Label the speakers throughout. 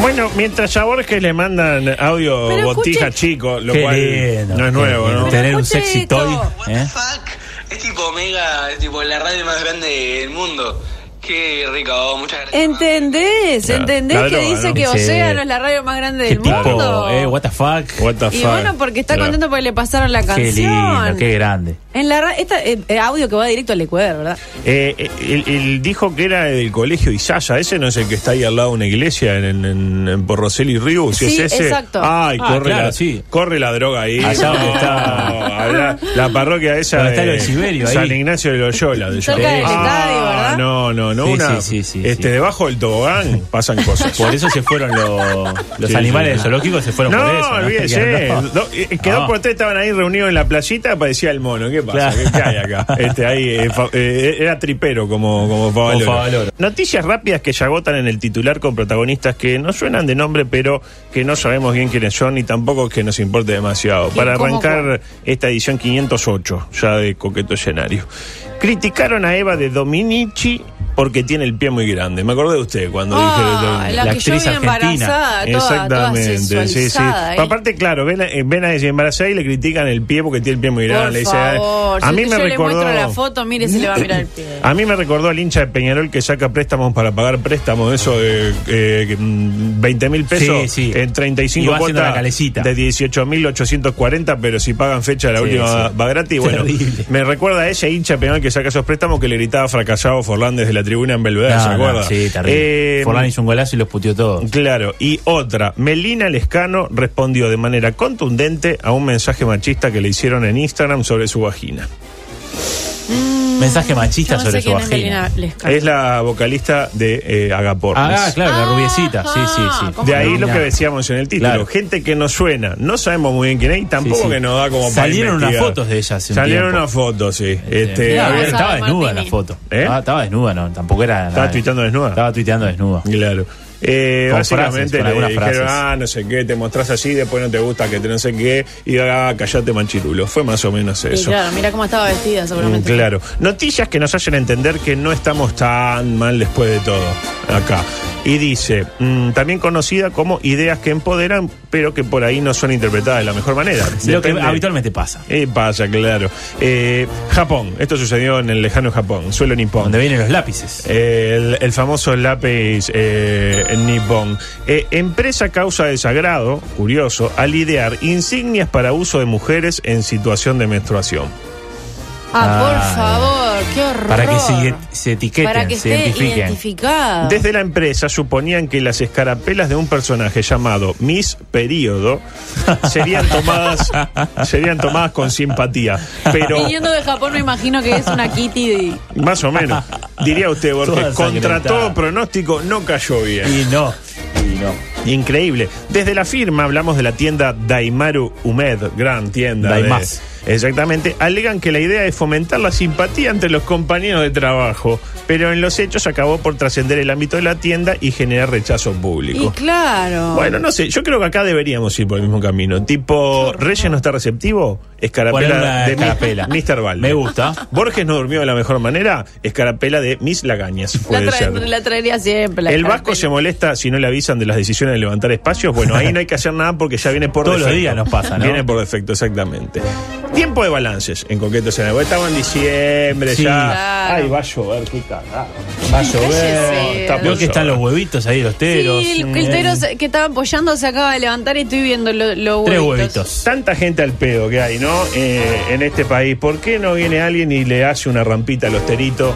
Speaker 1: Bueno, mientras a Borges le mandan audio
Speaker 2: Pero
Speaker 1: botija
Speaker 2: escuche-
Speaker 1: chico, lo
Speaker 3: Qué
Speaker 1: cual
Speaker 3: lindo,
Speaker 1: no es
Speaker 3: qué
Speaker 1: nuevo,
Speaker 3: lindo.
Speaker 1: ¿no?
Speaker 3: Tener un
Speaker 2: Escuche
Speaker 3: sexy
Speaker 2: esto.
Speaker 3: toy.
Speaker 4: What
Speaker 3: ¿eh?
Speaker 4: the fuck? Es tipo Omega, es tipo la radio más grande del mundo. Qué rico, muchas gracias.
Speaker 2: ¿Entendés?
Speaker 1: Claro.
Speaker 2: ¿Entendés
Speaker 1: La
Speaker 2: que
Speaker 1: droga,
Speaker 2: dice
Speaker 1: ¿no?
Speaker 2: que
Speaker 3: Sí.
Speaker 2: Océano es la radio más grande
Speaker 3: Qué
Speaker 2: del
Speaker 3: tipo,
Speaker 2: mundo?
Speaker 3: eh, what the fuck.
Speaker 1: What the
Speaker 2: y
Speaker 1: fuck.
Speaker 2: bueno, porque está
Speaker 1: Claro.
Speaker 2: contento porque le pasaron la
Speaker 3: Qué
Speaker 2: canción.
Speaker 3: lindo, qué grande.
Speaker 2: En la ra- esta eh, eh, audio que va directo al Ecuador, ¿verdad?
Speaker 1: Eh, eh, él, él dijo que era del colegio Isaya, ese no es el que está ahí al lado de una iglesia en, en, en- en Porrosel y Río, si
Speaker 2: Sí,
Speaker 1: es ese.
Speaker 2: exacto.
Speaker 1: Ay,
Speaker 3: Ah,
Speaker 1: corre,
Speaker 3: claro,
Speaker 1: la,
Speaker 3: sí.
Speaker 1: corre la droga ahí.
Speaker 3: Allá donde
Speaker 1: No,
Speaker 3: está.
Speaker 1: habrá- la parroquia esa
Speaker 3: Donde está
Speaker 1: de
Speaker 3: el Siberio, ahí.
Speaker 1: San Ignacio de Loyola. De
Speaker 2: Cerca
Speaker 1: Yo-
Speaker 3: del
Speaker 2: estadio,
Speaker 1: Ah,
Speaker 2: ¿verdad?
Speaker 1: No, no, no.
Speaker 3: Sí,
Speaker 1: una,
Speaker 3: sí, sí, sí,
Speaker 1: este,
Speaker 3: sí.
Speaker 1: Debajo del tobogán pasan cosas.
Speaker 3: Por eso se fueron los, los
Speaker 1: Sí,
Speaker 3: animales
Speaker 1: sí.
Speaker 3: zoológicos, se fueron
Speaker 1: no,
Speaker 3: por eso.
Speaker 1: olvídese.
Speaker 3: No, Ah.
Speaker 1: Do- eh, que dos
Speaker 3: No.
Speaker 1: por tres estaban ahí reunidos en la playita, aparecía el mono. ¿Qué pasa?
Speaker 3: Claro.
Speaker 1: ¿Qué hay acá? Este, ahí, eh, fa- eh, era tripero como, como Favaloro.
Speaker 3: Como Favaloro.
Speaker 1: Noticias rápidas que se agotan en el titular con protagonistas que no suenan de nombre, pero que no sabemos bien quiénes son y tampoco que nos importe demasiado. Para
Speaker 2: cómo,
Speaker 1: arrancar esta edición 508, ya de Coqueto Escenario. Criticaron a Eva de Dominici porque tiene el pie muy grande. Me acordé de usted cuando dije... de
Speaker 2: Ah,
Speaker 1: Dominici.
Speaker 2: la,
Speaker 3: la
Speaker 2: que yo
Speaker 3: actriz
Speaker 2: vi
Speaker 3: argentina.
Speaker 2: embarazada, Ah, toda, toda
Speaker 1: Exactamente, sí, sí.
Speaker 2: sensualizada, ¿eh?
Speaker 1: Aparte, claro, ven, a- ven a decir embarazada y le critican el pie porque tiene el pie muy grande.
Speaker 2: Por
Speaker 1: Le dice, "Ay".
Speaker 2: favor,
Speaker 1: a
Speaker 2: yo-
Speaker 1: mí
Speaker 2: yo
Speaker 1: me
Speaker 2: le
Speaker 1: recordó.
Speaker 2: muestro la foto, mire, se le va a mirar el pie.
Speaker 3: Ah,
Speaker 1: A mí me recordó al hincha de Peñarol que saca préstamos para pagar préstamos, eso de eh, que, mm, 20 mil pesos
Speaker 3: Sí, sí.
Speaker 1: en
Speaker 3: Y
Speaker 1: 35
Speaker 3: va haciendo la
Speaker 1: cuotas
Speaker 3: calecita.
Speaker 1: de 18.840, pero si pagan fecha la
Speaker 3: Sí,
Speaker 1: última
Speaker 3: sí.
Speaker 1: va- va gratis. Bueno,
Speaker 3: Terrible.
Speaker 1: me recuerda a ese hincha de Peñarol que saca esos préstamos que le gritaba fracasado Forlán desde la tribuna en Belvedere, ¿se
Speaker 3: No,
Speaker 1: acuerda?
Speaker 3: no, sí, terrible.
Speaker 1: Eh,
Speaker 3: Forlán hizo un golazo y los puteó todos.
Speaker 1: Claro, y otra, Melina Lescano respondió de manera contundente a un mensaje machista que le hicieron en Instagram sobre su vagina. Mm.
Speaker 3: Mensaje
Speaker 2: Yo
Speaker 3: machista
Speaker 2: no
Speaker 3: sobre
Speaker 2: sé
Speaker 3: su
Speaker 2: quién es Melina
Speaker 3: vagina.
Speaker 2: Lescano.
Speaker 1: Es la vocalista de eh, Agapornis.
Speaker 3: Ah, claro, la
Speaker 2: Ajá,
Speaker 3: rubiecita. Sí, sí, sí.
Speaker 2: ¿cómo
Speaker 1: De ahí lo
Speaker 3: Melina.
Speaker 1: que decíamos en el título,
Speaker 3: Claro.
Speaker 1: gente que no suena, no sabemos muy bien quién es y tampoco
Speaker 3: Sí, sí.
Speaker 1: que nos da como para
Speaker 3: Salieron unas
Speaker 1: investigar.
Speaker 3: fotos de ella hace un
Speaker 1: Salieron
Speaker 3: tiempo.
Speaker 1: unas fotos, sí. Este,
Speaker 3: Mirá,
Speaker 2: había-
Speaker 3: estaba
Speaker 2: Martini.
Speaker 3: desnuda en la foto.
Speaker 1: ¿Eh?
Speaker 3: Ah, estaba desnuda, no, tampoco era.
Speaker 1: ¿Estaba
Speaker 3: nada.
Speaker 1: tuiteando desnuda?
Speaker 3: Estaba tuiteando desnuda.
Speaker 1: Claro. Eh,
Speaker 3: Con frases,
Speaker 1: básicamente
Speaker 3: con
Speaker 1: le
Speaker 3: algunas
Speaker 1: dijeron,
Speaker 3: frases.
Speaker 1: ah, no sé qué, te mostrás así, después no te gusta, que te no sé qué, y ah, callate manchirulo. Fue más o menos
Speaker 2: Sí,
Speaker 1: eso.
Speaker 2: claro, mira cómo estaba vestida,
Speaker 1: Mm,
Speaker 2: seguramente.
Speaker 1: Claro. Noticias que nos hacen entender que no estamos tan mal después de todo acá. Y dice, mm, también conocida como ideas que empoderan, pero que por ahí no son interpretadas de la mejor manera.
Speaker 3: Lo que
Speaker 1: Depende-
Speaker 3: habitualmente pasa.
Speaker 1: Eh, pasa, claro. Eh, Japón. Esto sucedió en el lejano Japón, suelo nipón.
Speaker 3: Donde vienen los
Speaker 1: Eh,
Speaker 3: lápices.
Speaker 1: El, el famoso lápiz eh, nipón. Eh, empresa causa desagrado, curioso, al idear insignias para uso de mujeres en situación de menstruación.
Speaker 2: Ah, por favor, qué horror.
Speaker 3: Para que se, se etiqueten,
Speaker 2: Para que
Speaker 3: se
Speaker 2: esté
Speaker 3: identifiquen.
Speaker 2: identificada.
Speaker 1: Desde la empresa suponían que las escarapelas de un personaje llamado Miss Período serían tomadas, serían tomadas con simpatía. Pero
Speaker 2: Viniendo de Japón me imagino que es una Kitty de-
Speaker 1: más o menos, diría usted, Borges,
Speaker 3: Toda
Speaker 1: contra
Speaker 3: ensangrentada.
Speaker 1: todo pronóstico no cayó bien.
Speaker 3: Y no, y no.
Speaker 1: Increíble. Desde la firma hablamos de la tienda Daimaru Umed, gran tienda. de-
Speaker 3: Daimas.
Speaker 1: exactamente. Alegan que la idea es fomentar la simpatía entre los compañeros de trabajo, pero en los hechos acabó por trascender el ámbito de la tienda y generar rechazo público.
Speaker 2: Y claro.
Speaker 1: Bueno, no sé, yo creo que acá deberíamos ir por el mismo camino. Tipo, Reyes no está receptivo,
Speaker 3: Poner
Speaker 1: escarapela
Speaker 3: una
Speaker 1: de
Speaker 3: escarapela.
Speaker 1: Mi- Mr. Valde.
Speaker 3: Me gusta.
Speaker 1: Borges no durmió de la mejor manera, escarapela de Miss Lagañas.
Speaker 2: la,
Speaker 1: puede
Speaker 2: trae-
Speaker 1: ser.
Speaker 2: la traería siempre. la
Speaker 1: El
Speaker 2: carpeta.
Speaker 1: Vasco se molesta si no le avisan de las decisiones de levantar espacios. Bueno, ahí no hay que hacer nada porque ya viene por
Speaker 3: Todos los
Speaker 1: defecto.
Speaker 3: días nos pasa, ¿no?
Speaker 1: Viene por defecto, exactamente. Tiempo de balances en Coqueto Escenario. Estamos en diciembre
Speaker 3: Sí.
Speaker 1: ya.
Speaker 2: Claro.
Speaker 1: Ay, va a llover, qué cagada.
Speaker 3: Va a llover.
Speaker 2: Cállese.
Speaker 1: Está
Speaker 3: Veo
Speaker 1: por
Speaker 3: que están
Speaker 1: llover.
Speaker 3: los huevitos ahí, los teros. Mm.
Speaker 2: Sí, el, el tero se- que estaba apoyando se acaba de levantar y estoy viendo los lo
Speaker 3: Tres
Speaker 2: huevitos.
Speaker 3: huevitos.
Speaker 1: Tanta gente al pedo que hay, ¿no? Eh, en este país. ¿Por qué no viene alguien y le hace una rampita al osterito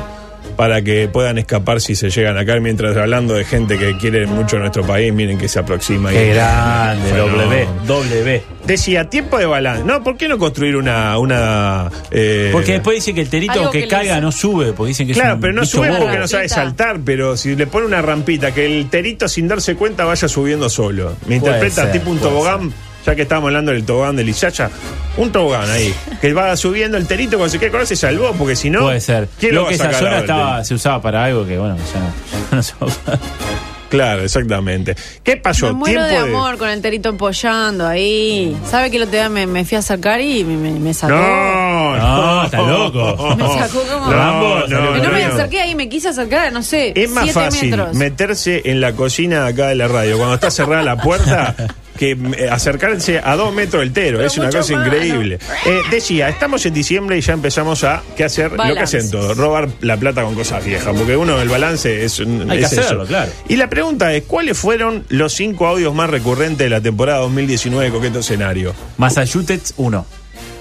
Speaker 1: para que puedan escapar si se llegan acá. Mientras hablando de gente que quiere mucho nuestro país, miren que se aproxima.
Speaker 3: Qué
Speaker 1: y-
Speaker 3: grande,
Speaker 1: Fenómeno.
Speaker 3: W, W.
Speaker 1: Decía, tiempo de balance. No, ¿por qué no construir una... una eh,
Speaker 3: Porque después dicen que el terito,
Speaker 2: Algo
Speaker 3: aunque
Speaker 2: que le
Speaker 3: caiga,
Speaker 2: dicen.
Speaker 3: no sube. Porque dicen que es
Speaker 1: Claro,
Speaker 3: un
Speaker 1: pero no
Speaker 3: bicho
Speaker 1: sube
Speaker 3: bobo.
Speaker 1: porque no sabe
Speaker 2: Rampita.
Speaker 1: saltar, pero si le pone una rampita, que el terito sin darse cuenta vaya subiendo solo. Me interpreta
Speaker 3: ser,
Speaker 1: tipo un
Speaker 3: puede
Speaker 1: tobogán, ya que estábamos hablando del tobogán del Isacha, un tobogán ahí, que va subiendo el terito cuando se quede con él se salvó, porque si no...
Speaker 3: Puede ser.
Speaker 1: ¿quién
Speaker 3: Creo
Speaker 1: va a
Speaker 3: que esa
Speaker 1: sacar
Speaker 3: zona
Speaker 1: ahora del
Speaker 3: estaba, se usaba para algo que, bueno, ya no, ya no se va a usar.
Speaker 1: terito? Claro, exactamente. ¿Qué pasó?
Speaker 2: Me muero de
Speaker 1: Tiempo de-
Speaker 2: amor con el terito apoyando ahí. ¿Sabe que el otro día me, me fui a acercar y me, me- me sacó?
Speaker 1: No,
Speaker 3: No, está loco.
Speaker 2: Me sacó como-
Speaker 1: No, no,
Speaker 2: Y
Speaker 1: no,
Speaker 2: no, me
Speaker 1: no.
Speaker 2: acerqué ahí, me quise acercar, no sé,
Speaker 1: Es más
Speaker 2: siete
Speaker 1: fácil
Speaker 2: metros.
Speaker 1: meterse en la cocina acá de la radio cuando está cerrada la puerta que eh, acercarse a dos metros del tero.
Speaker 2: Pero
Speaker 1: es una
Speaker 2: mucho
Speaker 1: cosa
Speaker 2: más,
Speaker 1: increíble. Eh, decía, estamos en diciembre y ya empezamos a ¿qué hacer lo que
Speaker 2: Balance.
Speaker 1: hacen todos, robar la plata con cosas viejas, porque uno el balance es, un-
Speaker 3: Hay que
Speaker 1: es
Speaker 3: hacerlo, claro.
Speaker 1: Y la pregunta es, ¿cuáles fueron los cinco audios más recurrentes de la temporada 2019 de Coqueto Escenario?
Speaker 3: Massachusetts 1.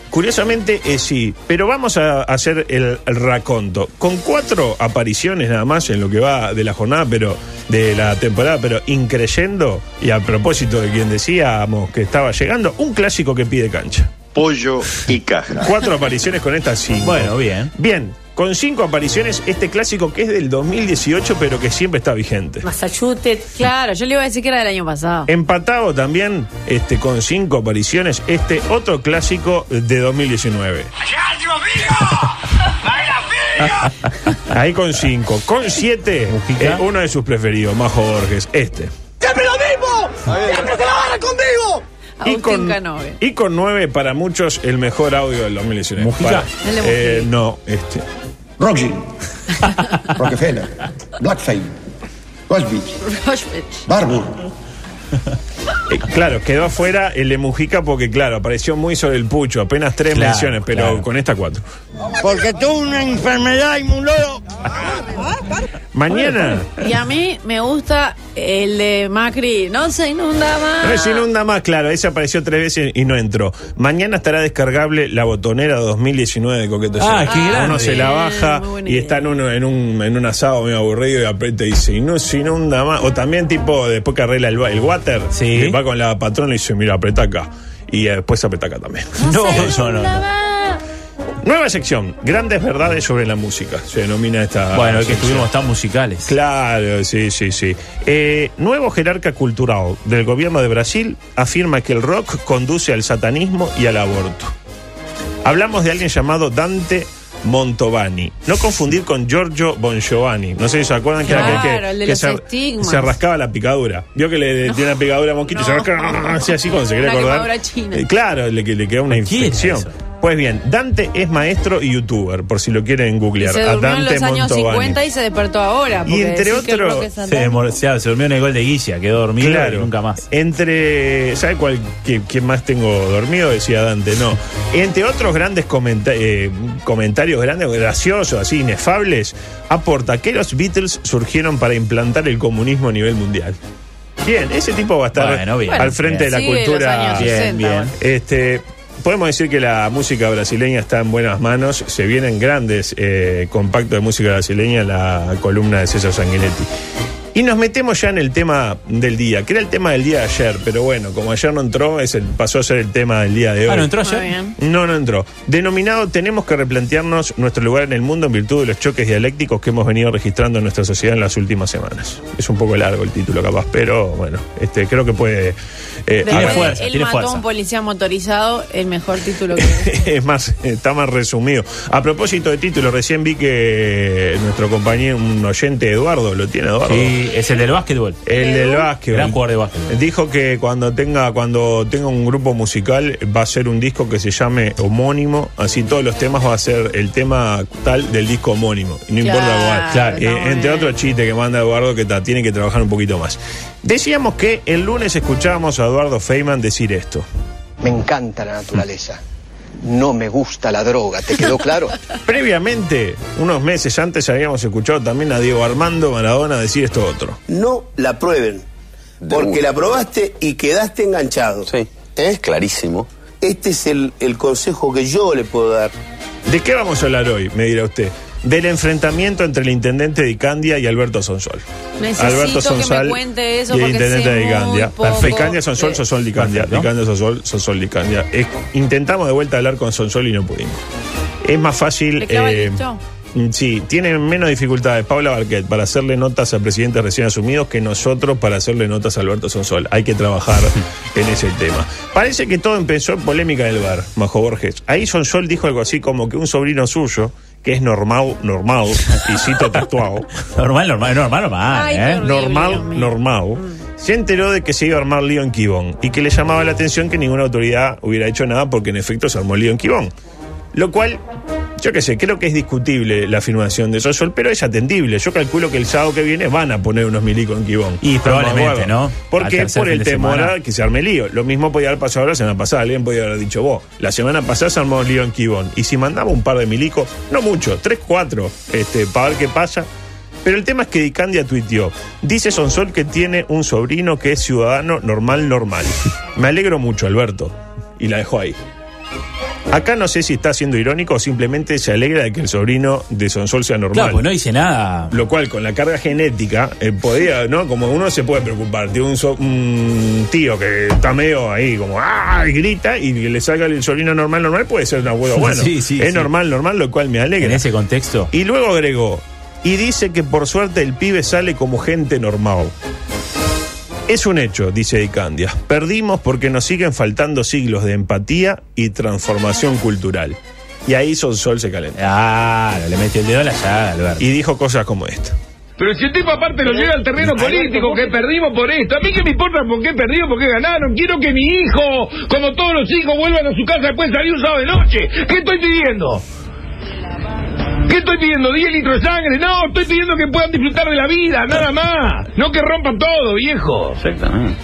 Speaker 1: Curiosamente eh, sí, pero vamos a hacer el, el raconto. Con cuatro apariciones nada más en lo que va de la jornada, pero de la temporada, pero increyendo, y a propósito de quien decíamos que estaba llegando, un clásico que pide cancha.
Speaker 5: pollo y caja.
Speaker 1: Cuatro apariciones con estas cinco.
Speaker 3: Bueno, bien.
Speaker 1: Bien, con cinco apariciones, este clásico que es del 2018, pero que siempre está vigente.
Speaker 2: Massachusetts. Claro, yo le iba a decir que era del año pasado.
Speaker 1: Eh, Empatado también, este, con cinco apariciones, este otro clásico de 2019. Ahí con cinco. Con siete, eh,
Speaker 3: Mujica.
Speaker 1: uno de sus preferidos, Majo Borges, este. Y
Speaker 2: Agustín
Speaker 1: con,
Speaker 2: Canove.
Speaker 1: y con nueve, para muchos, el mejor audio del 2019.
Speaker 3: Mujica.
Speaker 1: Para-
Speaker 2: El de
Speaker 1: eh,
Speaker 2: Mujica.
Speaker 1: no, este.
Speaker 6: Roxy, Rockefeller, Blackfein, Auschwitz,
Speaker 2: Auschwitz.
Speaker 6: Barbour,
Speaker 1: Eh, claro, quedó afuera el de Mujica porque, claro, apareció muy sobre el pucho. Apenas tres
Speaker 3: Claro,
Speaker 1: menciones, pero
Speaker 3: claro.
Speaker 1: con esta cuatro.
Speaker 7: Porque tuve una enfermedad inmunóloga.
Speaker 1: Mañana
Speaker 2: Y a mí me gusta el de Macri. No se inunda más.
Speaker 1: no se inunda más, claro. Ese apareció tres veces y no entró. Mañana estará descargable la botonera 2019 de Coqueto
Speaker 3: Ah,
Speaker 1: Escenario.
Speaker 3: qué grande.
Speaker 1: Uno se la baja
Speaker 2: Muy buena
Speaker 1: y
Speaker 2: idea.
Speaker 1: está en, uno, en, un, en un asado medio aburrido y aprieta y dice, y no se inunda más. O también tipo, después que arregla el, wa- el water,
Speaker 3: Sí.
Speaker 1: que va con la patrona y dice, mira, aprieta acá. Y eh, después aprieta acá también.
Speaker 2: se
Speaker 3: No, no, no,
Speaker 2: inunda
Speaker 3: no.
Speaker 2: más.
Speaker 1: Nueva sección, grandes verdades sobre la música. Se denomina esta...
Speaker 3: Bueno, es que
Speaker 1: sección.
Speaker 3: estuvimos tan musicales.
Speaker 1: Ah, Claro, sí, sí, sí. Eh, nuevo jerarca cultural del gobierno de Brasil afirma que el rock conduce al satanismo y al aborto. Hablamos de alguien llamado Dante Montovani. No confundir con Giorgio Bongiovanni. No sé si se acuerdan que era aquel
Speaker 2: Claro,
Speaker 1: que,
Speaker 2: el de
Speaker 1: que
Speaker 2: los
Speaker 1: se,
Speaker 2: estigmas.
Speaker 1: se rascaba la picadura. Vio que le tiene una picadura a Mosquito y se
Speaker 2: No.
Speaker 1: rasca así, así cuando se quiere
Speaker 2: Una
Speaker 1: acordar.
Speaker 2: quemadura china.
Speaker 1: Eh, claro, le, que- le queda una
Speaker 3: ¿Qué era
Speaker 1: infección.
Speaker 3: eso?
Speaker 1: Pues bien, Dante es maestro y youtuber, por si lo quieren
Speaker 2: Y
Speaker 1: googlear.
Speaker 2: se
Speaker 1: a
Speaker 2: durmió en
Speaker 1: Dante
Speaker 2: los años
Speaker 1: Montovani.
Speaker 2: 50 y se despertó ahora.
Speaker 1: Y
Speaker 2: porque
Speaker 1: entre
Speaker 2: decir que el
Speaker 1: otros,
Speaker 2: rock es
Speaker 3: Se,
Speaker 2: satánico.
Speaker 3: demor- se- se durmió en el gol de Guilla, quedó dormido
Speaker 1: Claro. Eh,
Speaker 3: y nunca más.
Speaker 1: Entre. ¿Sabe cuál, qué- quién más tengo dormido? Decía Dante, no. Entre otros grandes comenta- eh, comentarios grandes, graciosos, así, inefables, aporta que los Beatles surgieron para implantar el comunismo a nivel mundial. Bien, ese tipo va a estar
Speaker 3: Bueno, bien.
Speaker 1: al frente
Speaker 3: Bien.
Speaker 1: de la
Speaker 2: Sigue los
Speaker 1: cultura.
Speaker 2: años 60, bueno.
Speaker 1: Este, podemos decir que la música brasileña está en buenas manos. Se vienen grandes eh, compactos de música brasileña en la columna de César Sanguinetti. Y nos metemos ya en el tema del día, que era el tema del día de ayer, pero bueno, como ayer no entró, es el- pasó a ser el tema del día de hoy.
Speaker 3: Ah, no entró
Speaker 2: Muy
Speaker 3: ayer.
Speaker 2: bien.
Speaker 1: No, no entró. Denominado Tenemos que replantearnos nuestro lugar en el mundo en virtud de los choques dialécticos que hemos venido registrando en nuestra sociedad en las últimas semanas. Es un poco largo el título capaz, pero bueno, este, creo que puede... eh,
Speaker 2: Después,
Speaker 3: Tiene fuerza,
Speaker 2: él
Speaker 3: tiene
Speaker 2: mató
Speaker 3: fuerza.
Speaker 2: a un policía motorizado, el mejor título que.
Speaker 1: es más, está más resumido. A propósito de título, recién vi que nuestro compañero, un oyente, Eduardo, lo tiene Eduardo.
Speaker 3: Sí, es el del básquetbol.
Speaker 1: El del básquet.
Speaker 3: Gran jugador de básquetbol.
Speaker 1: Dijo que cuando tenga, cuando tenga un grupo musical va a ser un disco que se llame homónimo. Así todos los temas va a ser el tema tal del disco homónimo. Y no
Speaker 2: Claro,
Speaker 1: importa cuál.
Speaker 2: Claro.
Speaker 1: Eh,
Speaker 2: está
Speaker 1: entre
Speaker 2: bueno.
Speaker 1: otro chiste que manda Eduardo que ta- tiene que trabajar un poquito más. Decíamos que el lunes escuchábamos a Eduardo Feynman decir esto.
Speaker 8: Me encanta la naturaleza. No me gusta la droga, ¿te quedó claro?
Speaker 1: Previamente, unos meses antes, habíamos escuchado también a Diego Armando Maradona decir esto otro.
Speaker 9: no la prueben. Porque la probaste y quedaste enganchado.
Speaker 5: Sí,
Speaker 9: ¿Eh?
Speaker 5: clarísimo.
Speaker 9: Este es el, el consejo que yo le puedo dar.
Speaker 1: ¿De qué vamos a hablar hoy? Me dirá usted. del enfrentamiento entre el intendente de Icandia y Alberto Sonsol.
Speaker 2: Necesito
Speaker 1: Alberto
Speaker 2: que
Speaker 1: Sonsol
Speaker 2: me cuente eso
Speaker 1: y el
Speaker 2: porque
Speaker 1: intendente
Speaker 2: sé
Speaker 1: de Icandia.
Speaker 2: muy poco
Speaker 1: Icandia Sonsol,
Speaker 2: de-
Speaker 1: Sonsol de Icandia.
Speaker 3: Perfecto.
Speaker 1: Icandia Sonsol, Sonsol de Icandia. Es- intentamos de vuelta hablar con Sonsol y no pudimos. Es más fácil.
Speaker 2: ¿Le clava el listo?
Speaker 1: mm, Sí, tiene menos dificultades Paula Barquet para hacerle notas a presidentes recién asumidos que nosotros para hacerle notas a Alberto Sonsol. Hay que trabajar en ese tema. Parece que todo empezó en polémica del bar, Majo Borges. Ahí Sonsol dijo algo así como que un sobrino suyo, que es normal, normal, y cito tatuado,
Speaker 3: Normal, normal, normal, normal.
Speaker 2: Ay,
Speaker 3: ¿eh?
Speaker 2: qué horrible. Dios
Speaker 1: normal,
Speaker 2: mío.
Speaker 1: normal, se enteró de que se iba a armar lío en Quibón y que le llamaba la atención que ninguna autoridad hubiera hecho nada porque en efecto se armó lío en Quibón. Lo cual, yo qué sé, creo que es discutible la afirmación de Sosol, pero es atendible. Yo calculo que el sábado que viene van a poner unos milicos en Quibón.
Speaker 3: Y probablemente, ¿no? Al
Speaker 1: Porque
Speaker 3: tercer
Speaker 1: por el
Speaker 3: fin de
Speaker 1: temor a
Speaker 3: semana.
Speaker 1: que se arme lío. Lo mismo podía haber pasado la semana pasada. Alguien podía haber dicho, vos, la semana pasada se armó lío en Quibón. Y si mandaba un par de milicos, no mucho, tres, cuatro, este, para ver qué pasa. Pero el tema es que Dicandia tuiteó, dice Sonsol que tiene un sobrino que es ciudadano normal, normal. Me alegro mucho, Alberto. Y la dejó ahí. Acá no sé si está siendo irónico o simplemente se alegra de que el sobrino de Sonsol sea normal.
Speaker 3: Claro, pues no dice nada.
Speaker 1: Lo cual, con la carga genética, eh, podía, ¿no? Como uno se puede preocupar. Tiene un, so- un tío que está medio ahí, como, ¡ah! y grita y le salga el sobrino normal, normal, puede ser una huevo. Bueno,
Speaker 3: Sí, sí,
Speaker 1: es
Speaker 3: sí.
Speaker 1: normal, normal, lo cual me
Speaker 3: En
Speaker 1: alegra.
Speaker 3: ese contexto.
Speaker 1: Y luego agregó, y dice que por suerte el pibe sale como gente normal. Es un hecho, dice Icandia. Perdimos porque nos siguen faltando siglos de empatía y transformación cultural. Y ahí Sonsol se calentó.
Speaker 3: Claro, le metió el dedo a la llaga, Alberto.
Speaker 1: Y dijo cosas como esta.
Speaker 4: Pero si el tipo aparte lo lleva al terreno político, que perdimos por esto. A mí que me importa por qué perdimos, por qué ganaron. Quiero que mi hijo, como todos los hijos, vuelvan a su casa después de salir un sábado de noche. ¿Qué estoy pidiendo? ¿Qué estoy pidiendo? ¿10 litros de sangre? No, estoy pidiendo que puedan disfrutar de la vida, nada más. No que rompan todo, viejo. Exactamente.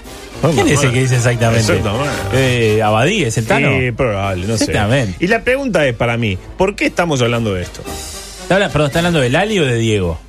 Speaker 3: ¿Quién es el que dice exactamente?
Speaker 1: Exactamente.
Speaker 3: Eh, Abadí, ¿es el Tano?
Speaker 1: Sí, probable, no sé.
Speaker 3: Exactamente.
Speaker 1: Y la pregunta es para mí, ¿por qué estamos hablando de esto?
Speaker 3: ¿Está habla- Perdón, ¿está hablando de Lali o de Diego?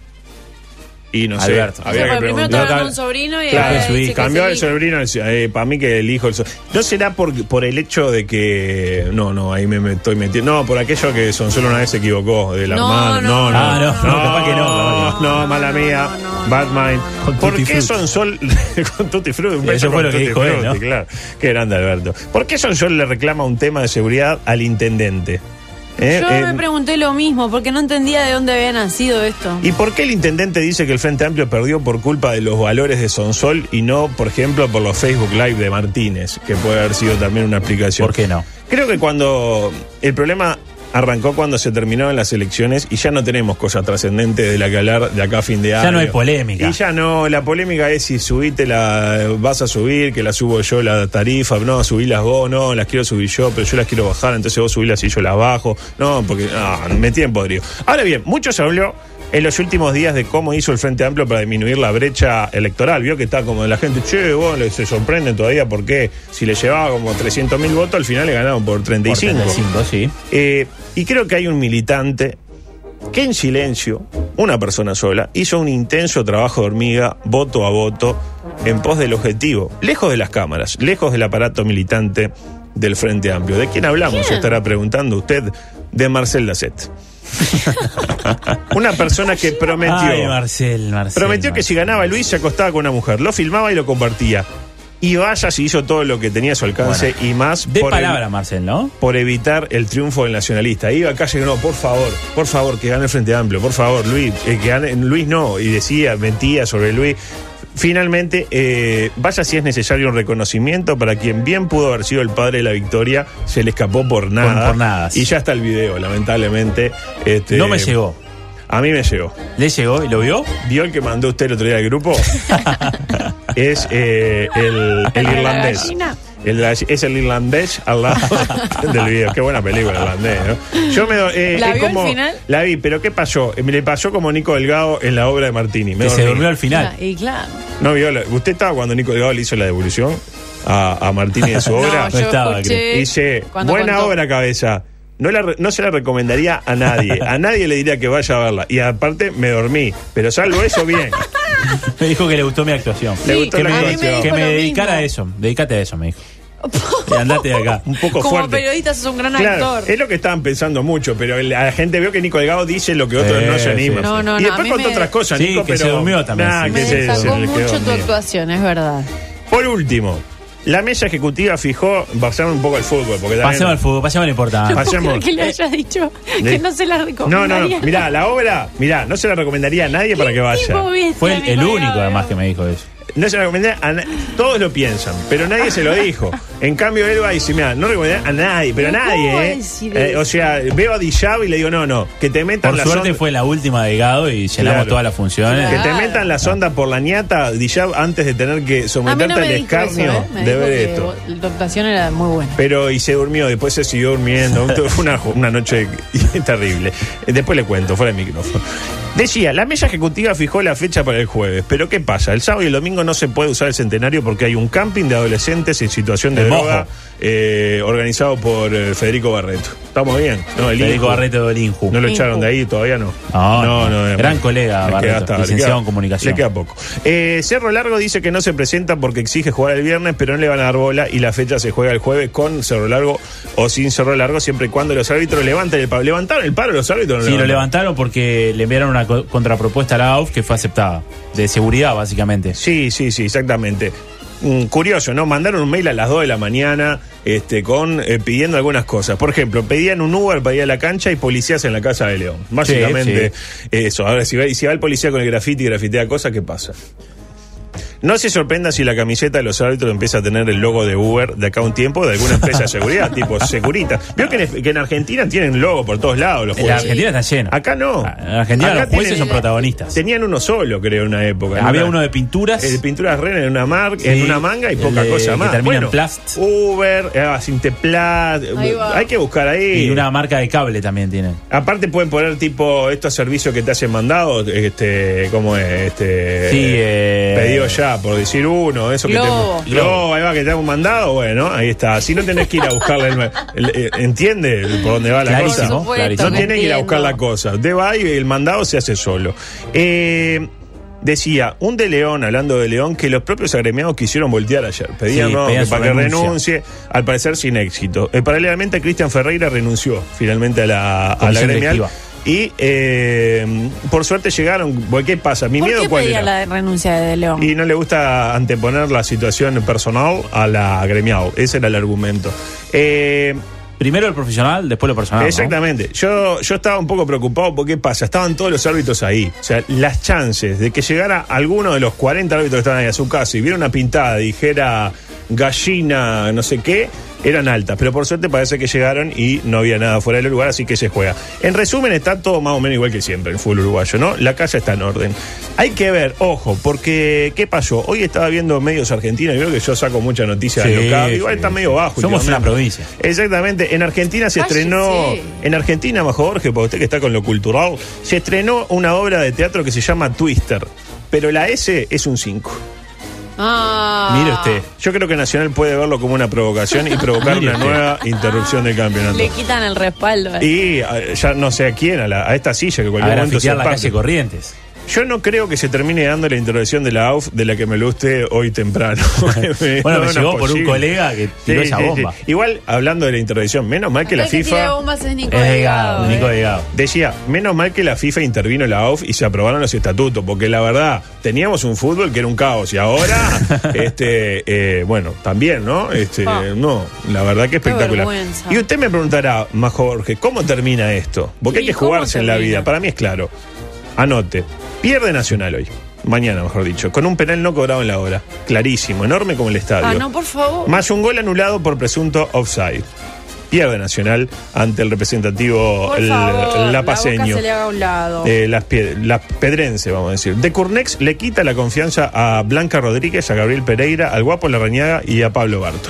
Speaker 1: Y no
Speaker 3: Alberto.
Speaker 1: sé, había
Speaker 2: O sea,
Speaker 1: que
Speaker 2: porque primero
Speaker 1: preguntar.
Speaker 2: estaba hablando de un sobrino y
Speaker 1: Claro,
Speaker 2: ahora
Speaker 3: su
Speaker 2: dice
Speaker 3: hijo.
Speaker 2: que
Speaker 1: Cambió
Speaker 2: es
Speaker 1: el sobrino, para mí que el hijo. el so- ¿No será por, por el hecho de que.? No, no, ahí me, me estoy metiendo. No, por aquello que Son solo una vez se equivocó de la
Speaker 2: No,
Speaker 1: hermana. No, no,
Speaker 2: no,
Speaker 3: Ah, no, no, capaz que no,
Speaker 1: No,
Speaker 3: capaz
Speaker 2: que no.
Speaker 1: no, mala
Speaker 2: No, no,
Speaker 1: mía.
Speaker 2: no, no,
Speaker 1: Bad
Speaker 2: no,
Speaker 1: mind.
Speaker 3: Con
Speaker 1: ¿Por
Speaker 3: Tutti
Speaker 1: qué
Speaker 3: Frutti.
Speaker 1: Son Sol. con Tutti Frutti, un
Speaker 3: Eso
Speaker 1: beso
Speaker 3: fue
Speaker 1: con
Speaker 3: lo que
Speaker 1: Tutti
Speaker 3: dijo él,
Speaker 1: Frutti,
Speaker 3: ¿no?
Speaker 1: Claro. Qué grande, Alberto. ¿Por qué Son Sol le reclama un tema de seguridad al intendente? Eh,
Speaker 2: Yo me
Speaker 1: eh,
Speaker 2: pregunté lo mismo porque no entendía de dónde había nacido esto.
Speaker 1: ¿Y por qué el intendente dice que el Frente Amplio perdió por culpa de los valores de Sonsol y no, por ejemplo, por los Facebook Live de Martínez, que puede haber sido también una explicación?
Speaker 3: ¿Por qué no?
Speaker 1: Creo que cuando el problema arrancó cuando se terminaron las elecciones y ya no tenemos cosas trascendentes de la que hablar de acá a fin de año.
Speaker 3: no hay polémica.
Speaker 1: Y ya no, la polémica es si subiste la vas a subir, que la subo yo la tarifa, no, subilas vos, no, las quiero subir yo, pero yo las quiero bajar, entonces vos subílas y yo las bajo. No, porque ah, me metí en podrido. Ahora bien, mucho se habló en los últimos días de cómo hizo el Frente Amplio para disminuir la brecha electoral. Vio que está como la gente, che, vos le- se sorprenden todavía porque si le llevaba como 300 mil votos, al final le ganaron por 35.
Speaker 3: Por 35, sí.
Speaker 1: Eh, y creo que hay un militante que en silencio, una persona sola, hizo un intenso trabajo de hormiga, voto a voto, en pos del objetivo, lejos de las cámaras, lejos del aparato militante del Frente Amplio. ¿De quién hablamos? Se estará preguntando usted, de Marcel Dacet. una persona que prometió...
Speaker 3: Ay, Marcel, Marcel.
Speaker 1: Prometió que si
Speaker 3: Marcel.
Speaker 1: ganaba Luis se acostaba con una mujer, lo filmaba y lo compartía. Y vaya si hizo todo lo que tenía a su alcance y más
Speaker 3: De
Speaker 1: por el-
Speaker 3: palabra, Marcel, ¿no?
Speaker 1: por evitar el triunfo del nacionalista. Iba a calle, no, por favor, por favor, que gane el Frente Amplio, por favor, Luis, eh, que gane, Luis no, y decía, mentía sobre Luis. Finalmente, eh, vaya si es necesario un reconocimiento para quien bien pudo haber sido el padre de la victoria, se le escapó por nada.
Speaker 3: por nada, sí.
Speaker 1: Y ya está el video, lamentablemente. Este,
Speaker 3: No me llegó.
Speaker 1: A mí me llegó.
Speaker 3: ¿Le llegó y lo vio?
Speaker 1: ¿Vio el que mandó usted el otro día al grupo? es eh, el, el
Speaker 2: de la
Speaker 1: irlandés.
Speaker 2: gallina.
Speaker 1: El de la- es el irlandés al lado del video. Qué buena película, irlandés, ¿no? Yo me do- eh,
Speaker 2: ¿La
Speaker 1: es
Speaker 2: vio al
Speaker 1: como-
Speaker 2: final?
Speaker 1: La vi, pero ¿qué pasó? Eh, Me le pasó como Nico Delgado en la obra de Martini. Me
Speaker 3: Que se
Speaker 1: dormí.
Speaker 3: durmió al final.
Speaker 2: Y claro.
Speaker 1: No vio. la- ¿Usted estaba cuando Nico Delgado le hizo la devolución a, a Martini de su obra?
Speaker 2: No, yo
Speaker 3: estaba,
Speaker 2: escuché
Speaker 1: Dice,
Speaker 2: cuando
Speaker 1: buena
Speaker 2: contó.
Speaker 1: obra, cabeza. No, la re- no se la recomendaría a nadie. A nadie le diría que vaya a verla. Y aparte me dormí. Pero salvo eso, bien.
Speaker 3: Me dijo que le gustó mi actuación.
Speaker 1: Le
Speaker 2: Sí,
Speaker 1: gustó
Speaker 2: que
Speaker 1: la
Speaker 2: a mí me
Speaker 1: actuación.
Speaker 2: dijo
Speaker 3: que me
Speaker 2: lo
Speaker 3: dedicara
Speaker 2: mismo.
Speaker 3: a eso. Dedícate a eso, me dijo. Y andate de acá.
Speaker 1: Un poco
Speaker 2: Como
Speaker 1: fuerte.
Speaker 2: periodista sos un gran
Speaker 1: Claro,
Speaker 2: actor.
Speaker 1: es lo que estaban pensando mucho, pero la gente vio que Nico Delgado dice lo que otros
Speaker 3: Eh,
Speaker 1: no se
Speaker 3: sí.
Speaker 1: animan.
Speaker 2: No, no,
Speaker 1: y
Speaker 2: no,
Speaker 1: después
Speaker 2: a mí
Speaker 1: contó
Speaker 2: me-
Speaker 1: otras cosas,
Speaker 3: Sí,
Speaker 1: Nico,
Speaker 3: que se
Speaker 1: pero-
Speaker 3: durmió también,
Speaker 1: Nah,
Speaker 3: sí.
Speaker 1: que
Speaker 2: Me
Speaker 1: se- se
Speaker 2: sacó
Speaker 1: le quedó
Speaker 2: mucho tu
Speaker 1: dormido.
Speaker 2: actuación, es verdad.
Speaker 1: Por último, la mesa ejecutiva fijó, pasamos un poco al fútbol, porque también-
Speaker 3: Pasemos al fútbol, pasemos al importante.
Speaker 1: Pas- Pasemos.
Speaker 2: Porque le hayas dicho que no se la
Speaker 1: No,
Speaker 2: recomendaría.
Speaker 1: no, no, mirá, la obra, mirá, no se la recomendaría a nadie para que vaya.
Speaker 2: Tipo bestia,
Speaker 3: Fue el, el
Speaker 2: Nicolás.
Speaker 3: único además que me dijo eso.
Speaker 1: No se la recomendaría a na- Todos lo piensan, pero nadie se lo dijo. En cambio, él va y dice, mirá, no recomendaría a nadie, pero a
Speaker 2: Pero ¿cómo
Speaker 1: nadie, ¿eh?
Speaker 2: decir
Speaker 1: Eh,
Speaker 2: eso?
Speaker 1: O sea, veo a Dijab y le digo, no, no, que te metan
Speaker 3: Por
Speaker 1: la
Speaker 3: suerte
Speaker 1: sonda-
Speaker 3: fue la última de Gado y llenamos
Speaker 1: Claro.
Speaker 3: todas las funciones.
Speaker 1: Que te
Speaker 2: Claro.
Speaker 1: metan la sonda por la ñata, Dijab, antes de tener que
Speaker 2: A mí no
Speaker 1: someterte
Speaker 2: me
Speaker 1: al
Speaker 2: dijo eso,
Speaker 1: escarnio
Speaker 2: ¿eh? Me
Speaker 1: de
Speaker 2: dijo
Speaker 1: ver
Speaker 2: que
Speaker 1: esto.
Speaker 2: vos- Tu actuación era muy buena.
Speaker 1: Pero y se durmió, después se siguió durmiendo. Fue una, una noche terrible. Eh, Después le cuento, fuera de micrófono. Decía, la mesa ejecutiva fijó la fecha para el jueves, pero ¿qué pasa? El sábado y el domingo no se puede usar el centenario porque hay un camping de adolescentes en situación de
Speaker 3: El
Speaker 1: droga
Speaker 3: mojo.
Speaker 1: eh, organizado por eh, Federico Barreto. ¿Estamos bien? No, el
Speaker 3: Federico
Speaker 1: Inju.
Speaker 3: Barreto del Inju.
Speaker 1: No lo
Speaker 2: Inju.
Speaker 1: echaron de ahí, todavía no.
Speaker 3: No, no.
Speaker 1: es
Speaker 3: Ah, Gran
Speaker 1: más.
Speaker 3: colega,
Speaker 1: Le
Speaker 3: Barreto,
Speaker 1: queda hasta- le
Speaker 3: licenciado
Speaker 1: queda-
Speaker 3: en comunicación.
Speaker 1: Le queda poco. Eh, Cerro Largo dice que no se presenta porque exige jugar el viernes, pero no le van a dar bola y la fecha se juega el jueves con Cerro Largo o sin Cerro Largo, siempre y cuando los árbitros levanten el paro. ¿Levantaron el paro los árbitros? o no
Speaker 3: Sí, lo levantaron porque le enviaron una co- contrapropuesta a la AUF que fue aceptada. De seguridad, básicamente.
Speaker 1: Sí, sí, sí, exactamente. Mm, curioso, ¿no? Mandaron un mail a las 2 de la mañana este, con, eh, pidiendo algunas cosas. Por ejemplo, pedían un Uber para ir a la cancha y policías en la casa de León. Básicamente eso. Ahora, si va, y si va el policía con el grafiti y grafitea cosas, ¿qué pasa? No se sorprenda si la camiseta de los árbitros empieza a tener el logo de Uber de acá a un tiempo de alguna empresa de seguridad, tipo Securita. Veo que en, que en Argentina tienen logo por todos lados los
Speaker 3: En la
Speaker 1: jueces.
Speaker 3: Argentina está lleno. Ah,
Speaker 1: Acá no.
Speaker 3: En la Argentina
Speaker 1: Acá
Speaker 3: los jueces
Speaker 1: tienen-
Speaker 3: son protagonistas.
Speaker 1: Tenían uno solo, creo, en una época. En
Speaker 3: Había
Speaker 1: una-
Speaker 3: uno de pinturas.
Speaker 1: el Eh, pintura rena en una marca,
Speaker 3: Sí,
Speaker 1: en una manga y
Speaker 3: el
Speaker 1: poca
Speaker 3: de-
Speaker 1: cosa
Speaker 3: que
Speaker 1: más.
Speaker 3: termina en
Speaker 1: Bueno,
Speaker 3: plast.
Speaker 1: Uber, eh, Sinteplat,
Speaker 2: Ahí va.
Speaker 1: hay que buscar ahí.
Speaker 3: Y una marca de cable también tiene.
Speaker 1: Aparte pueden poner tipo estos servicios que te hacen mandado, este, ¿cómo es? Este,
Speaker 3: Sí, eh,
Speaker 1: pedido ya, por decir uno, eso
Speaker 2: Globo.
Speaker 1: que te Globo, ahí va, que te hago un mandado, bueno, ahí está. Si no tenés que ir a buscarle el, el- eh, entiende por dónde va la cosa.
Speaker 3: Clarísimo,
Speaker 2: Por supuesto,
Speaker 3: clarísimo.
Speaker 1: No tiene que ir a buscar la
Speaker 2: entiendo.
Speaker 1: cosa. Usted va y el mandado se hace solo. Eh, decía, un de León, hablando de León, que los propios agremiados quisieron voltear ayer. Pedían,
Speaker 3: Sí,
Speaker 1: ¿no?
Speaker 3: pedían
Speaker 1: que
Speaker 3: su
Speaker 1: para que
Speaker 3: renuncia.
Speaker 1: renuncie, al parecer sin éxito. Eh, paralelamente, Cristian Ferreira renunció finalmente a la, a la
Speaker 3: Comisión
Speaker 1: gremial.
Speaker 3: directiva.
Speaker 1: Y eh, por suerte llegaron. Porque, ¿Qué pasa? Mi
Speaker 2: ¿Por
Speaker 1: miedo
Speaker 2: qué
Speaker 1: cuál
Speaker 2: pedía
Speaker 1: era?
Speaker 2: la renuncia de León?
Speaker 1: Y no le gusta anteponer la situación personal a la agremiado. Ese era el argumento. Eh,
Speaker 3: Primero el profesional, después lo personal. Ah, ¿no?
Speaker 1: Exactamente. Yo, yo estaba un poco preocupado porque ¿qué pasa? Estaban todos los árbitros ahí. O sea, las chances de que llegara alguno de los 40 árbitros que estaban ahí a su casa y viera una pintada y dijera gallina, no sé qué, eran altas. Pero por suerte parece que llegaron y no había nada fuera del lugar, así que se juega. En resumen, está todo más o menos igual que siempre el fútbol uruguayo, ¿no? La casa está en orden. Hay que ver, ojo, porque ¿qué pasó? Hoy estaba viendo medios argentinos y veo que yo saco muchas noticias
Speaker 3: Sí,
Speaker 1: de local. Igual
Speaker 3: sí,
Speaker 1: está
Speaker 3: sí.
Speaker 1: medio bajo.
Speaker 3: Somos una
Speaker 1: últimamente.
Speaker 3: provincia.
Speaker 1: Exactamente. En Argentina se
Speaker 2: Cállese.
Speaker 1: estrenó. En Argentina, bajo Jorge, para usted que está con lo cultural, se estrenó una obra de teatro que se llama Twister. Pero la S es un 5.
Speaker 2: Ah.
Speaker 3: Mire usted.
Speaker 1: Yo creo que Nacional puede verlo como una provocación y provocar
Speaker 3: Mire
Speaker 1: una
Speaker 3: usted.
Speaker 1: nueva interrupción del campeonato.
Speaker 2: Le quitan el respaldo. eh.
Speaker 1: Y a- ya no sé a quién, a, la- a esta silla que
Speaker 3: A
Speaker 1: cualquier momento se
Speaker 3: grafitear la
Speaker 1: parte.
Speaker 3: calle Corrientes.
Speaker 1: Yo no creo que se termine dando la intervención de la AUF de la que me lo usted hoy temprano.
Speaker 3: Bueno, me
Speaker 1: No, no
Speaker 3: llegó
Speaker 1: es
Speaker 3: por un
Speaker 1: posible.
Speaker 3: colega que tiró
Speaker 1: Sí,
Speaker 3: esa
Speaker 1: sí, sí.
Speaker 3: bomba.
Speaker 1: Igual, hablando de la intervención, menos mal que
Speaker 2: Acá
Speaker 1: la
Speaker 2: el que
Speaker 1: FIFA...
Speaker 2: tira bombas es Nico
Speaker 3: Es
Speaker 2: Delgado,
Speaker 3: Delgado,
Speaker 2: eh.
Speaker 3: Nico Delgado.
Speaker 1: Decía, menos mal que la FIFA intervino en la OFF y se aprobaron los estatutos, porque la verdad, teníamos un fútbol que era un caos y ahora, este, eh, bueno, también, ¿no? Este,
Speaker 2: Pa.
Speaker 1: no, la verdad que espectacular.
Speaker 2: Ah. vergüenza.
Speaker 1: Y usted me preguntará, más Jorge, ¿cómo termina esto? Porque hay
Speaker 2: ¿Y
Speaker 1: que
Speaker 2: cómo
Speaker 1: jugarse en la
Speaker 2: termina?
Speaker 1: vida, para mí es claro. Anote, pierde Nacional hoy, mañana mejor dicho, con un penal no cobrado en la hora, clarísimo, enorme como el estadio.
Speaker 2: Ah, no, por favor.
Speaker 1: Más un gol anulado por presunto offside. Pierde Nacional ante el representativo
Speaker 2: por
Speaker 1: el-
Speaker 2: favor,
Speaker 1: el
Speaker 2: la boca
Speaker 1: lapaceño.
Speaker 2: se le haga a un lado.
Speaker 1: Eh, las, pie- las pedrense, vamos a decir. De Curnex le quita la confianza a Blanca Rodríguez, a Gabriel Pereira, al Guapo Larrañaga y a Pablo Barto.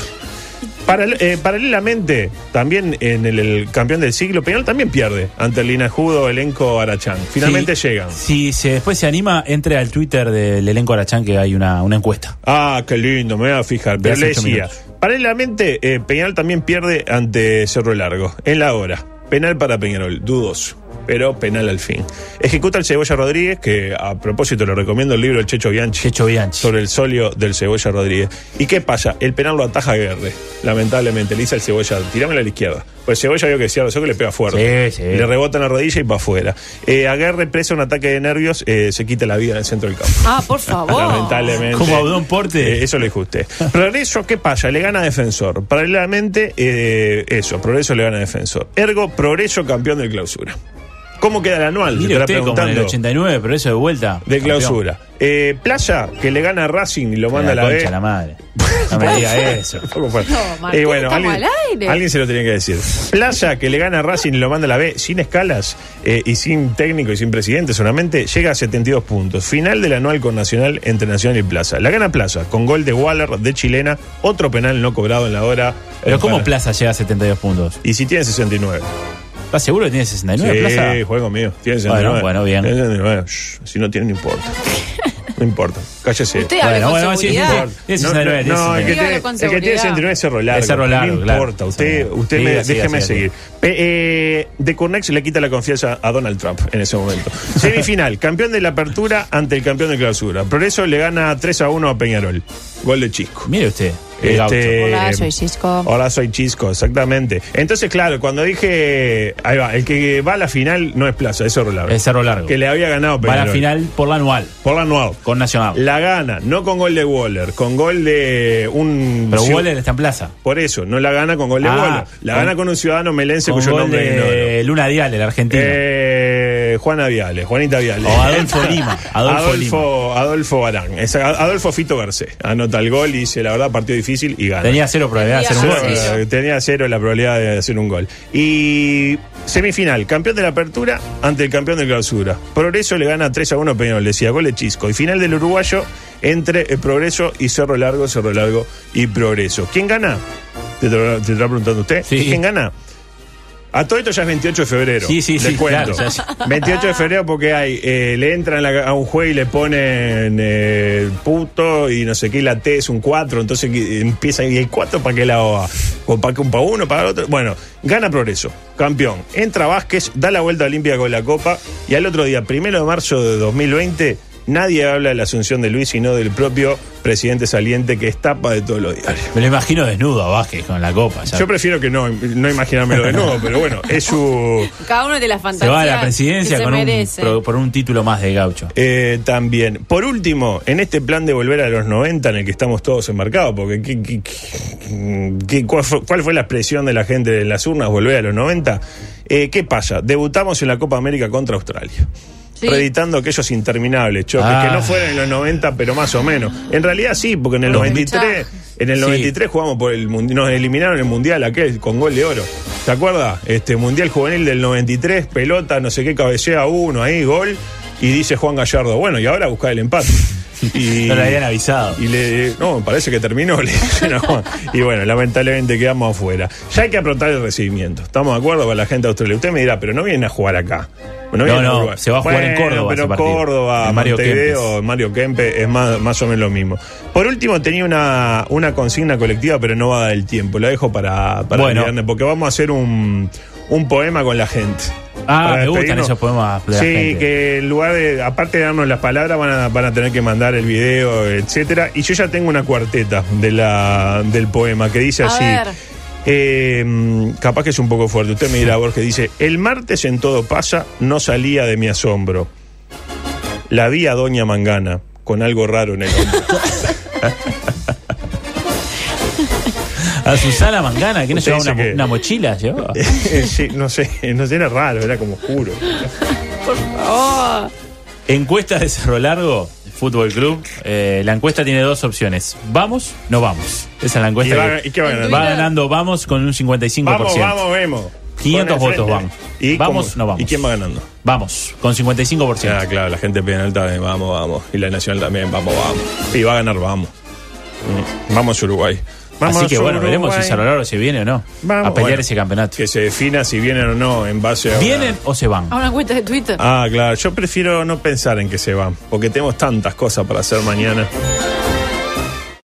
Speaker 1: Paral- eh, paralelamente, también en el, el campeón del siglo, Peñal también pierde ante el Linajudo, elenco Arachán. Finalmente
Speaker 3: Sí,
Speaker 1: llegan.
Speaker 3: Si se, después se anima, entre al Twitter del elenco Arachán que hay una, una encuesta.
Speaker 1: Ah, qué lindo, me voy a fijar. Pero
Speaker 3: hace
Speaker 1: le
Speaker 3: ocho
Speaker 1: decía,
Speaker 3: minutos.
Speaker 1: paralelamente, eh, Peñarol también pierde ante Cerro Largo, en la hora. Penal para Peñarol, dudoso. pero penal al fin. Ejecuta el Cebolla Rodríguez, que a propósito le recomiendo el libro del Checho Bianchi.
Speaker 3: Checho Bianchi.
Speaker 1: Sobre el solio del Cebolla Rodríguez. ¿Y qué pasa? El penal lo ataja Guerre, lamentablemente. Le dice al Cebolla, tirámela a la izquierda. Pues Cebolla vio que decía, que le pega fuerte.
Speaker 3: Sí, sí.
Speaker 1: Le rebota en la rodilla y para afuera. Eh, a Guerre, presa un ataque de nervios, eh, se quita la vida en el centro del campo.
Speaker 2: Ah, por favor.
Speaker 1: Lamentablemente.
Speaker 3: Como Abdón Porte.
Speaker 1: Eh, eso lo dijo usted. Progreso, ¿qué pasa? Le gana a Defensor. Paralelamente, eh, eso, Progreso le gana a Defensor. Ergo, Progreso campeón del clausura. ¿Cómo queda el anual?
Speaker 3: Mire
Speaker 1: Te estará
Speaker 3: usted como en el
Speaker 1: preguntando.
Speaker 3: 89, pero eso de vuelta.
Speaker 1: De
Speaker 3: campeón.
Speaker 1: clausura. Eh, Playa, que le gana a Racing y lo manda a la
Speaker 3: concha
Speaker 1: B.
Speaker 3: a la madre. No me diga eso.
Speaker 1: Poco fuerte.
Speaker 2: No, Martín, estamos
Speaker 1: alguien,
Speaker 2: al aire.
Speaker 1: alguien se lo tenía que decir. Playa, que le gana a Racing y lo manda a la B sin escalas eh, y sin técnico y sin presidente solamente, llega a 72 puntos. Final del anual con Nacional entre Nacional y Plaza. La gana Plaza con gol de Waller, de Chilena, otro penal no cobrado en la hora.
Speaker 3: Pero
Speaker 1: Eh,
Speaker 3: ¿cómo
Speaker 1: para-
Speaker 3: Plaza llega a 72 puntos?
Speaker 1: Y si tiene 69.
Speaker 3: ¿Estás seguro que tiene 69
Speaker 1: sí,
Speaker 3: Plaza?
Speaker 1: juega conmigo. Tiene
Speaker 3: Bueno,
Speaker 1: 69.
Speaker 3: bueno, bien.
Speaker 1: Tiene 69. Shh, si no tiene, no importa. No importa. Cállese.
Speaker 2: Usted habla
Speaker 3: Bueno,
Speaker 2: con
Speaker 3: bueno, sí,
Speaker 2: seguridad.
Speaker 3: sí, sí. Tiene
Speaker 1: No,
Speaker 3: 69,
Speaker 1: no, no,
Speaker 3: tiene
Speaker 1: el que tiene,
Speaker 3: 69.
Speaker 2: Dígalo con
Speaker 1: el que tiene 69
Speaker 2: seguridad.
Speaker 1: es Cerro Largo.
Speaker 3: Es Cerro Largo,
Speaker 1: no
Speaker 3: claro.
Speaker 1: importa, usted,
Speaker 3: Sí,
Speaker 1: usted me-
Speaker 3: así,
Speaker 1: déjeme
Speaker 3: así,
Speaker 1: seguir. Eh, eh, de Curnex le quita la confianza a Donald Trump en ese momento. Semifinal, campeón de la apertura ante el campeón de clausura. Progreso le gana 3 a 1 a Peñarol. Gol de Chisco.
Speaker 3: Mire usted. el
Speaker 1: Este,
Speaker 3: gaucho.
Speaker 2: Hola, soy Chisco.
Speaker 1: Hola, soy Chisco, exactamente. Entonces, claro, cuando dije. Ahí va, el que va a la final no es Plaza, es Cerro Largo.
Speaker 3: Es Cerro Largo.
Speaker 1: Que le había ganado
Speaker 3: Va a la
Speaker 1: Peñarol.
Speaker 3: final por la anual.
Speaker 1: Por la anual.
Speaker 3: Con Nacional.
Speaker 1: La gana, no con gol de Waller, con gol de un.
Speaker 3: Pero
Speaker 1: ciu-
Speaker 3: Waller está en Plaza.
Speaker 1: Por eso, no la gana con gol de
Speaker 3: Ah,
Speaker 1: Waller. La
Speaker 3: con-
Speaker 1: gana con un ciudadano melense
Speaker 3: Con
Speaker 1: cuyo
Speaker 3: gol
Speaker 1: nombre ignoro.
Speaker 3: de Luna Dial, el argentino.
Speaker 1: Eh, Juana Viale, Juanita Viale.
Speaker 3: O Adolfo Lima, Adolfo
Speaker 1: Adolfo, Adolfo Arán. Es- Adolfo Fito Garcés. Anota el gol y dice, la verdad, partido difícil y gana.
Speaker 3: Tenía cero probabilidad de hacer un
Speaker 2: Tenía
Speaker 1: Bueno,
Speaker 3: gol.
Speaker 2: cero.
Speaker 1: Eh, tenía cero la probabilidad de hacer un gol. Y semifinal, campeón de la apertura ante el campeón de clausura. Progreso le gana 3 a 1 a Peñarol, decía gol de Chisco. Y final del uruguayo entre eh, Progreso y Cerro Largo, Cerro Largo y Progreso. ¿Quién gana? Te, tra- te está preguntando usted.
Speaker 3: Sí.
Speaker 1: ¿Quién gana? A todo esto ya es 28 de febrero.
Speaker 3: Sí, sí,
Speaker 1: les
Speaker 3: sí,
Speaker 1: cuento.
Speaker 3: claro, ya- ya.
Speaker 1: 28 de febrero porque hay, eh, le entran la- a un juez y le ponen eh, puto y no sé qué, y la T es un 4, entonces que- eh, empieza y el 4 para que la OA, o para que un para uno, para el otro. Bueno, gana Progreso, campeón. Entra Vázquez, da la vuelta olímpica con la Copa y al otro día, primero de marzo de 2020, nadie habla de la asunción de Luis, sino del propio presidente saliente que es tapa de todos los diarios.
Speaker 3: Me lo imagino desnudo a Vázquez con la copa. ya.
Speaker 1: Yo prefiero que no, no imaginármelo de nuevo, pero bueno, es su...
Speaker 2: Cada uno de las
Speaker 3: se
Speaker 2: fantasías.
Speaker 3: va a la
Speaker 2: que
Speaker 3: presidencia
Speaker 2: se
Speaker 3: con un,
Speaker 2: merece.
Speaker 3: pro- por un título más de gaucho.
Speaker 1: Eh, también. Por último, en este plan de volver a los 90 en el que estamos todos enmarcados, porque ¿qué- qué- qué- qué- cuál, fue, cuál fue la expresión de la gente en las urnas volver a los 90? Eh, ¿Qué pasa? Debutamos en la Copa América contra Australia.
Speaker 2: Sí.
Speaker 1: Reeditando aquellos interminables choques,
Speaker 3: Ah.
Speaker 1: que no fueron en los 90, pero más o menos. En realidad sí, porque en el
Speaker 3: Los
Speaker 1: 93, en el
Speaker 3: Sí.
Speaker 1: 93 jugamos por el mundi- nos eliminaron el mundial aquel con gol de oro. ¿Te acuerdas? Este mundial juvenil del 93, pelota, no sé qué, cabecea uno ahí, gol y dice Juan Gallardo, bueno, y ahora busca el empate. Y,
Speaker 3: No le habían avisado.
Speaker 1: y le no, parece que terminó. le dicen a Juan. y bueno, lamentablemente quedamos afuera. Ya hay que aprontar el recibimiento. Estamos de acuerdo con la gente de Australia. Usted me dirá, pero no vienen a jugar acá. No, vienen
Speaker 3: no,
Speaker 1: jugar.
Speaker 3: se va a jugar en
Speaker 1: Bueno,
Speaker 3: Córdoba ese
Speaker 1: Pero
Speaker 3: partido.
Speaker 1: Córdoba,
Speaker 3: En Mario
Speaker 1: Montevideo,
Speaker 3: Kempes.
Speaker 1: Mario Kempe es más, más o menos lo mismo. Por último, tenía una, una consigna colectiva, pero no va a dar el tiempo. La dejo para, para
Speaker 3: Bueno.
Speaker 1: el viernes, porque vamos a hacer un, un poema con la gente. Para
Speaker 3: Ah, me gustan
Speaker 1: despedirnos.
Speaker 3: esos poemas de la
Speaker 1: Sí,
Speaker 3: gente.
Speaker 1: que en lugar de, aparte de darnos las palabras, van a, van a tener que mandar el video, etcétera. Y yo ya tengo una cuarteta de la, del poema que dice
Speaker 2: A
Speaker 1: así.
Speaker 2: ver.
Speaker 1: Eh, mm, capaz que es un poco fuerte. Usted me dirá, Borges, dice: El martes en todo pasa, no salía de mi asombro. La vi a Doña Mangana con algo raro en el hombro.
Speaker 3: A Susana Mangana, que no
Speaker 1: Usted dice
Speaker 3: llevaba una, mo-
Speaker 1: que-
Speaker 3: una mochila, llevaba.
Speaker 1: sí, no sé, no sé, era raro, era como oscuro.
Speaker 2: Oh,
Speaker 3: Encuesta de Cerro Largo, Fútbol Club. Eh, la encuesta tiene dos opciones. ¿Vamos? No vamos. Esa es la
Speaker 1: ¿Y,
Speaker 3: encuesta.
Speaker 1: va-
Speaker 3: que
Speaker 1: y qué va a ganar?
Speaker 3: va ganando Vamos con un 55%.
Speaker 1: Vamos, vamos, vemos.
Speaker 3: 500
Speaker 1: Con el
Speaker 3: votos
Speaker 1: frente.
Speaker 3: van.
Speaker 1: ¿Y
Speaker 3: Vamos,
Speaker 1: cómo-
Speaker 3: no vamos.
Speaker 1: ¿Y quién va ganando?
Speaker 3: Vamos, con 55%.
Speaker 1: Ah, claro, la gente penal también, vamos, vamos. Y la nacional también, vamos, vamos. Y va a ganar, vamos. Mm, Vamos Uruguay. Vamos
Speaker 3: Así que bueno,
Speaker 1: Uruguay.
Speaker 3: veremos si Cerro Largo se viene o no.
Speaker 1: Vamos.
Speaker 3: a pelear
Speaker 1: Bueno,
Speaker 3: ese campeonato.
Speaker 1: Que se defina si vienen o no en base a. una-
Speaker 3: ¿Vienen o se van?
Speaker 2: A una cuenta de Twitter.
Speaker 1: Ah, claro, yo prefiero no pensar en que se van, porque tenemos tantas cosas para hacer mañana.